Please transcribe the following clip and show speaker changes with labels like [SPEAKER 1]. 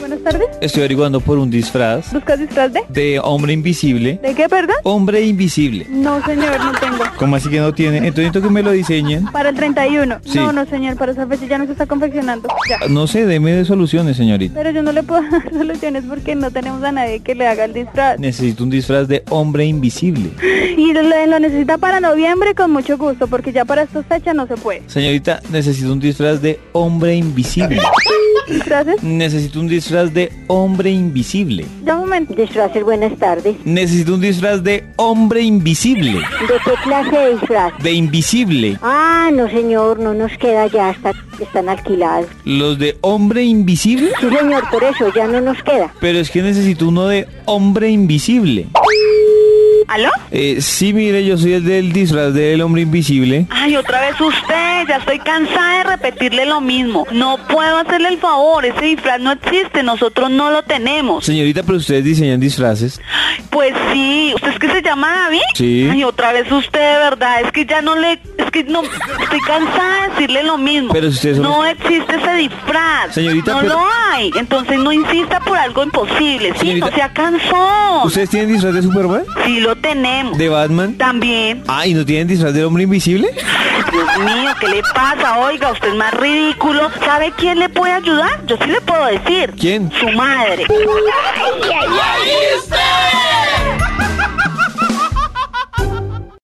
[SPEAKER 1] Buenas tardes.
[SPEAKER 2] Estoy averiguando por un disfraz
[SPEAKER 1] ¿Buscas disfraz de?
[SPEAKER 2] de hombre invisible.
[SPEAKER 1] ¿De qué, perdón?
[SPEAKER 2] Hombre invisible.
[SPEAKER 1] No, señor, no tengo.
[SPEAKER 2] ¿Cómo así que no tiene? Entonces necesito que me lo diseñen.
[SPEAKER 1] Para el 31.
[SPEAKER 2] Sí.
[SPEAKER 1] No, no, señor, para esa fecha ya no se está confeccionando. Ya.
[SPEAKER 2] No sé, deme de soluciones, señorita.
[SPEAKER 1] Pero yo no le puedo dar soluciones porque no tenemos a nadie que le haga el disfraz.
[SPEAKER 2] Necesito un disfraz de hombre invisible.
[SPEAKER 1] Y lo, lo necesita para noviembre con mucho gusto porque ya para esta fecha no se puede.
[SPEAKER 2] Señorita, necesito un disfraz de hombre invisible.
[SPEAKER 1] ¿Disfraces?
[SPEAKER 2] Necesito un disfraz de hombre invisible.
[SPEAKER 1] Ya un momento.
[SPEAKER 3] Disfraces, buenas tardes.
[SPEAKER 2] Necesito un disfraz de hombre invisible.
[SPEAKER 3] ¿De qué clase de disfraz?
[SPEAKER 2] De invisible.
[SPEAKER 3] Ah, no señor, no nos queda ya, está- están alquilados.
[SPEAKER 2] Los de hombre invisible.
[SPEAKER 3] Sí señor, por eso ya no nos queda.
[SPEAKER 2] Pero es que necesito uno de hombre invisible.
[SPEAKER 1] ¿Aló?
[SPEAKER 2] Eh, sí, mire, yo soy el del disfraz del hombre invisible.
[SPEAKER 4] Ay, otra vez usted, ya estoy cansada de repetirle lo mismo. No puedo hacerle el favor, ese disfraz no existe, nosotros no lo tenemos.
[SPEAKER 2] Señorita, pero ustedes diseñan disfraces.
[SPEAKER 4] Pues sí, ¿usted es que se llama David?
[SPEAKER 2] Sí.
[SPEAKER 4] Ay, otra vez usted, de verdad, es que ya no le, es que no, estoy cansada de decirle lo mismo.
[SPEAKER 2] Pero si ustedes son-
[SPEAKER 4] No existe ese disfraz.
[SPEAKER 2] Señorita,
[SPEAKER 4] No
[SPEAKER 2] pero-
[SPEAKER 4] lo hay, entonces no insista por algo imposible, sí,
[SPEAKER 2] Señorita-
[SPEAKER 4] no sea cansón.
[SPEAKER 2] ¿Ustedes tienen disfraz de Superman?
[SPEAKER 4] Sí lo tenemos.
[SPEAKER 2] ¿De Batman?
[SPEAKER 4] También.
[SPEAKER 2] Ah, ¿y no tienen disfraz del hombre invisible?
[SPEAKER 4] Dios mío, ¿qué le pasa? Oiga, usted es más ridículo. ¿Sabe quién le puede ayudar? Yo sí le puedo decir.
[SPEAKER 2] ¿Quién?
[SPEAKER 4] Su madre.